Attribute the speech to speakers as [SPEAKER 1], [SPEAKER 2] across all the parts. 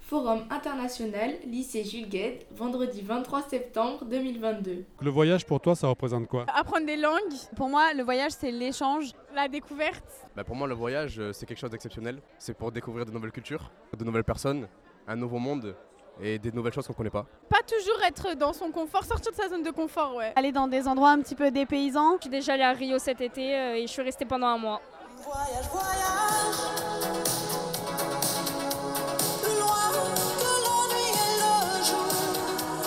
[SPEAKER 1] Forum international lycée Jules Guesde, vendredi 23 septembre 2022.
[SPEAKER 2] Le voyage pour toi, ça représente quoi
[SPEAKER 3] Apprendre des langues, pour moi, le voyage, c'est l'échange, la découverte.
[SPEAKER 4] Bah, pour moi, le voyage, euh, c'est quelque chose d'exceptionnel. C'est pour découvrir de nouvelles cultures, de nouvelles personnes, un nouveau monde et des nouvelles choses qu'on ne connaît pas.
[SPEAKER 3] Pas toujours être dans son confort, sortir de sa zone de confort, ouais. Aller dans des endroits un petit peu dépaysants.
[SPEAKER 5] Je suis déjà allée à Rio cet été euh, et je suis restée pendant un mois.
[SPEAKER 6] Voyage, voyage, loin de l'ennui et le jour.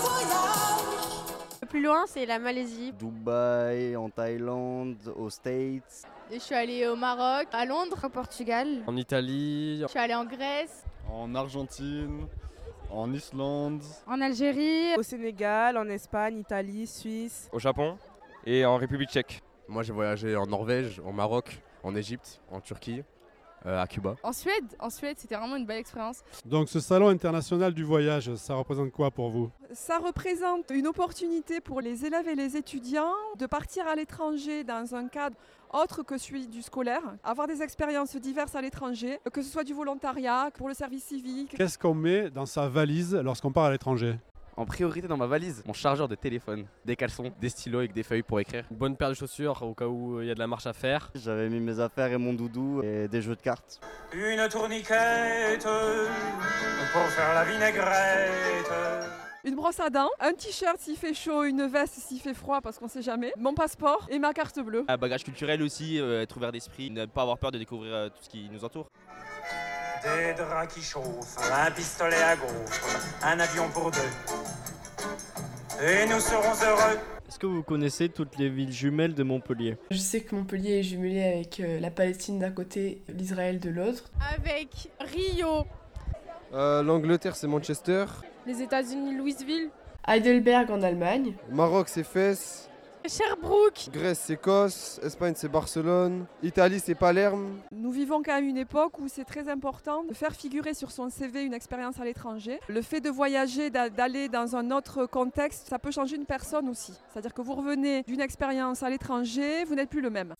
[SPEAKER 6] Voyage.
[SPEAKER 3] Le plus loin, c'est la Malaisie.
[SPEAKER 7] Dubaï, en Thaïlande, aux States.
[SPEAKER 3] Je suis allée au Maroc, à Londres, au Portugal.
[SPEAKER 8] En Italie,
[SPEAKER 3] Je suis allée en Grèce.
[SPEAKER 9] en Argentine, en Islande.
[SPEAKER 3] En Algérie.
[SPEAKER 10] Au Sénégal, en Espagne, Italie, Suisse.
[SPEAKER 8] au Japon et en République tchèque.
[SPEAKER 4] Moi, j'ai voyagé en Norvège, au Maroc, en Égypte, en Turquie, euh, à Cuba.
[SPEAKER 3] En Suède, en Suède, c'était vraiment une belle expérience.
[SPEAKER 2] Donc ce salon international du voyage, ça représente quoi pour vous
[SPEAKER 10] Ça représente une opportunité pour les élèves et les étudiants de partir à l'étranger dans un cadre autre que celui du scolaire, avoir des expériences diverses à l'étranger, que ce soit du volontariat, pour le service civique.
[SPEAKER 2] Qu'est-ce qu'on met dans sa valise lorsqu'on part à l'étranger
[SPEAKER 11] En priorité dans ma valise, mon chargeur de téléphone, des caleçons, des stylos avec des feuilles pour écrire.
[SPEAKER 8] Une bonne paire de chaussures au cas où euh, il y a de la marche à faire.
[SPEAKER 7] J'avais mis mes affaires et mon doudou et des jeux de cartes.
[SPEAKER 6] Une tourniquette pour faire la vinaigrette.
[SPEAKER 10] Une brosse à dents, un t-shirt s'il fait chaud, une veste s'il fait froid parce qu'on sait jamais, mon passeport et ma carte bleue.
[SPEAKER 11] Un bagage culturel aussi, euh, être ouvert d'esprit, ne pas avoir peur de découvrir euh, tout ce qui nous entoure.
[SPEAKER 6] Des draps qui chauffent, un pistolet à gauche, un avion pour deux. Et nous serons heureux.
[SPEAKER 8] Est-ce que vous connaissez toutes les villes jumelles de Montpellier
[SPEAKER 12] Je sais que Montpellier est jumelé avec euh, la Palestine d'un côté, l'Israël de l'autre.
[SPEAKER 3] Avec Rio.
[SPEAKER 9] Euh, L'Angleterre, c'est Manchester.
[SPEAKER 3] Les États-Unis, Louisville.
[SPEAKER 12] Heidelberg en Allemagne.
[SPEAKER 9] Maroc, c'est Fès.
[SPEAKER 3] Sherbrooke.
[SPEAKER 9] Grèce, c'est Kos. Espagne, c'est Barcelone. Italie, c'est Palerme.
[SPEAKER 10] Nous vivons quand même une époque où c'est très important de faire figurer sur son CV une expérience à l'étranger. Le fait de voyager, d'a- d'aller dans un autre contexte, ça peut changer une personne aussi. C'est-à-dire que vous revenez d'une expérience à l'étranger, vous n'êtes plus le même.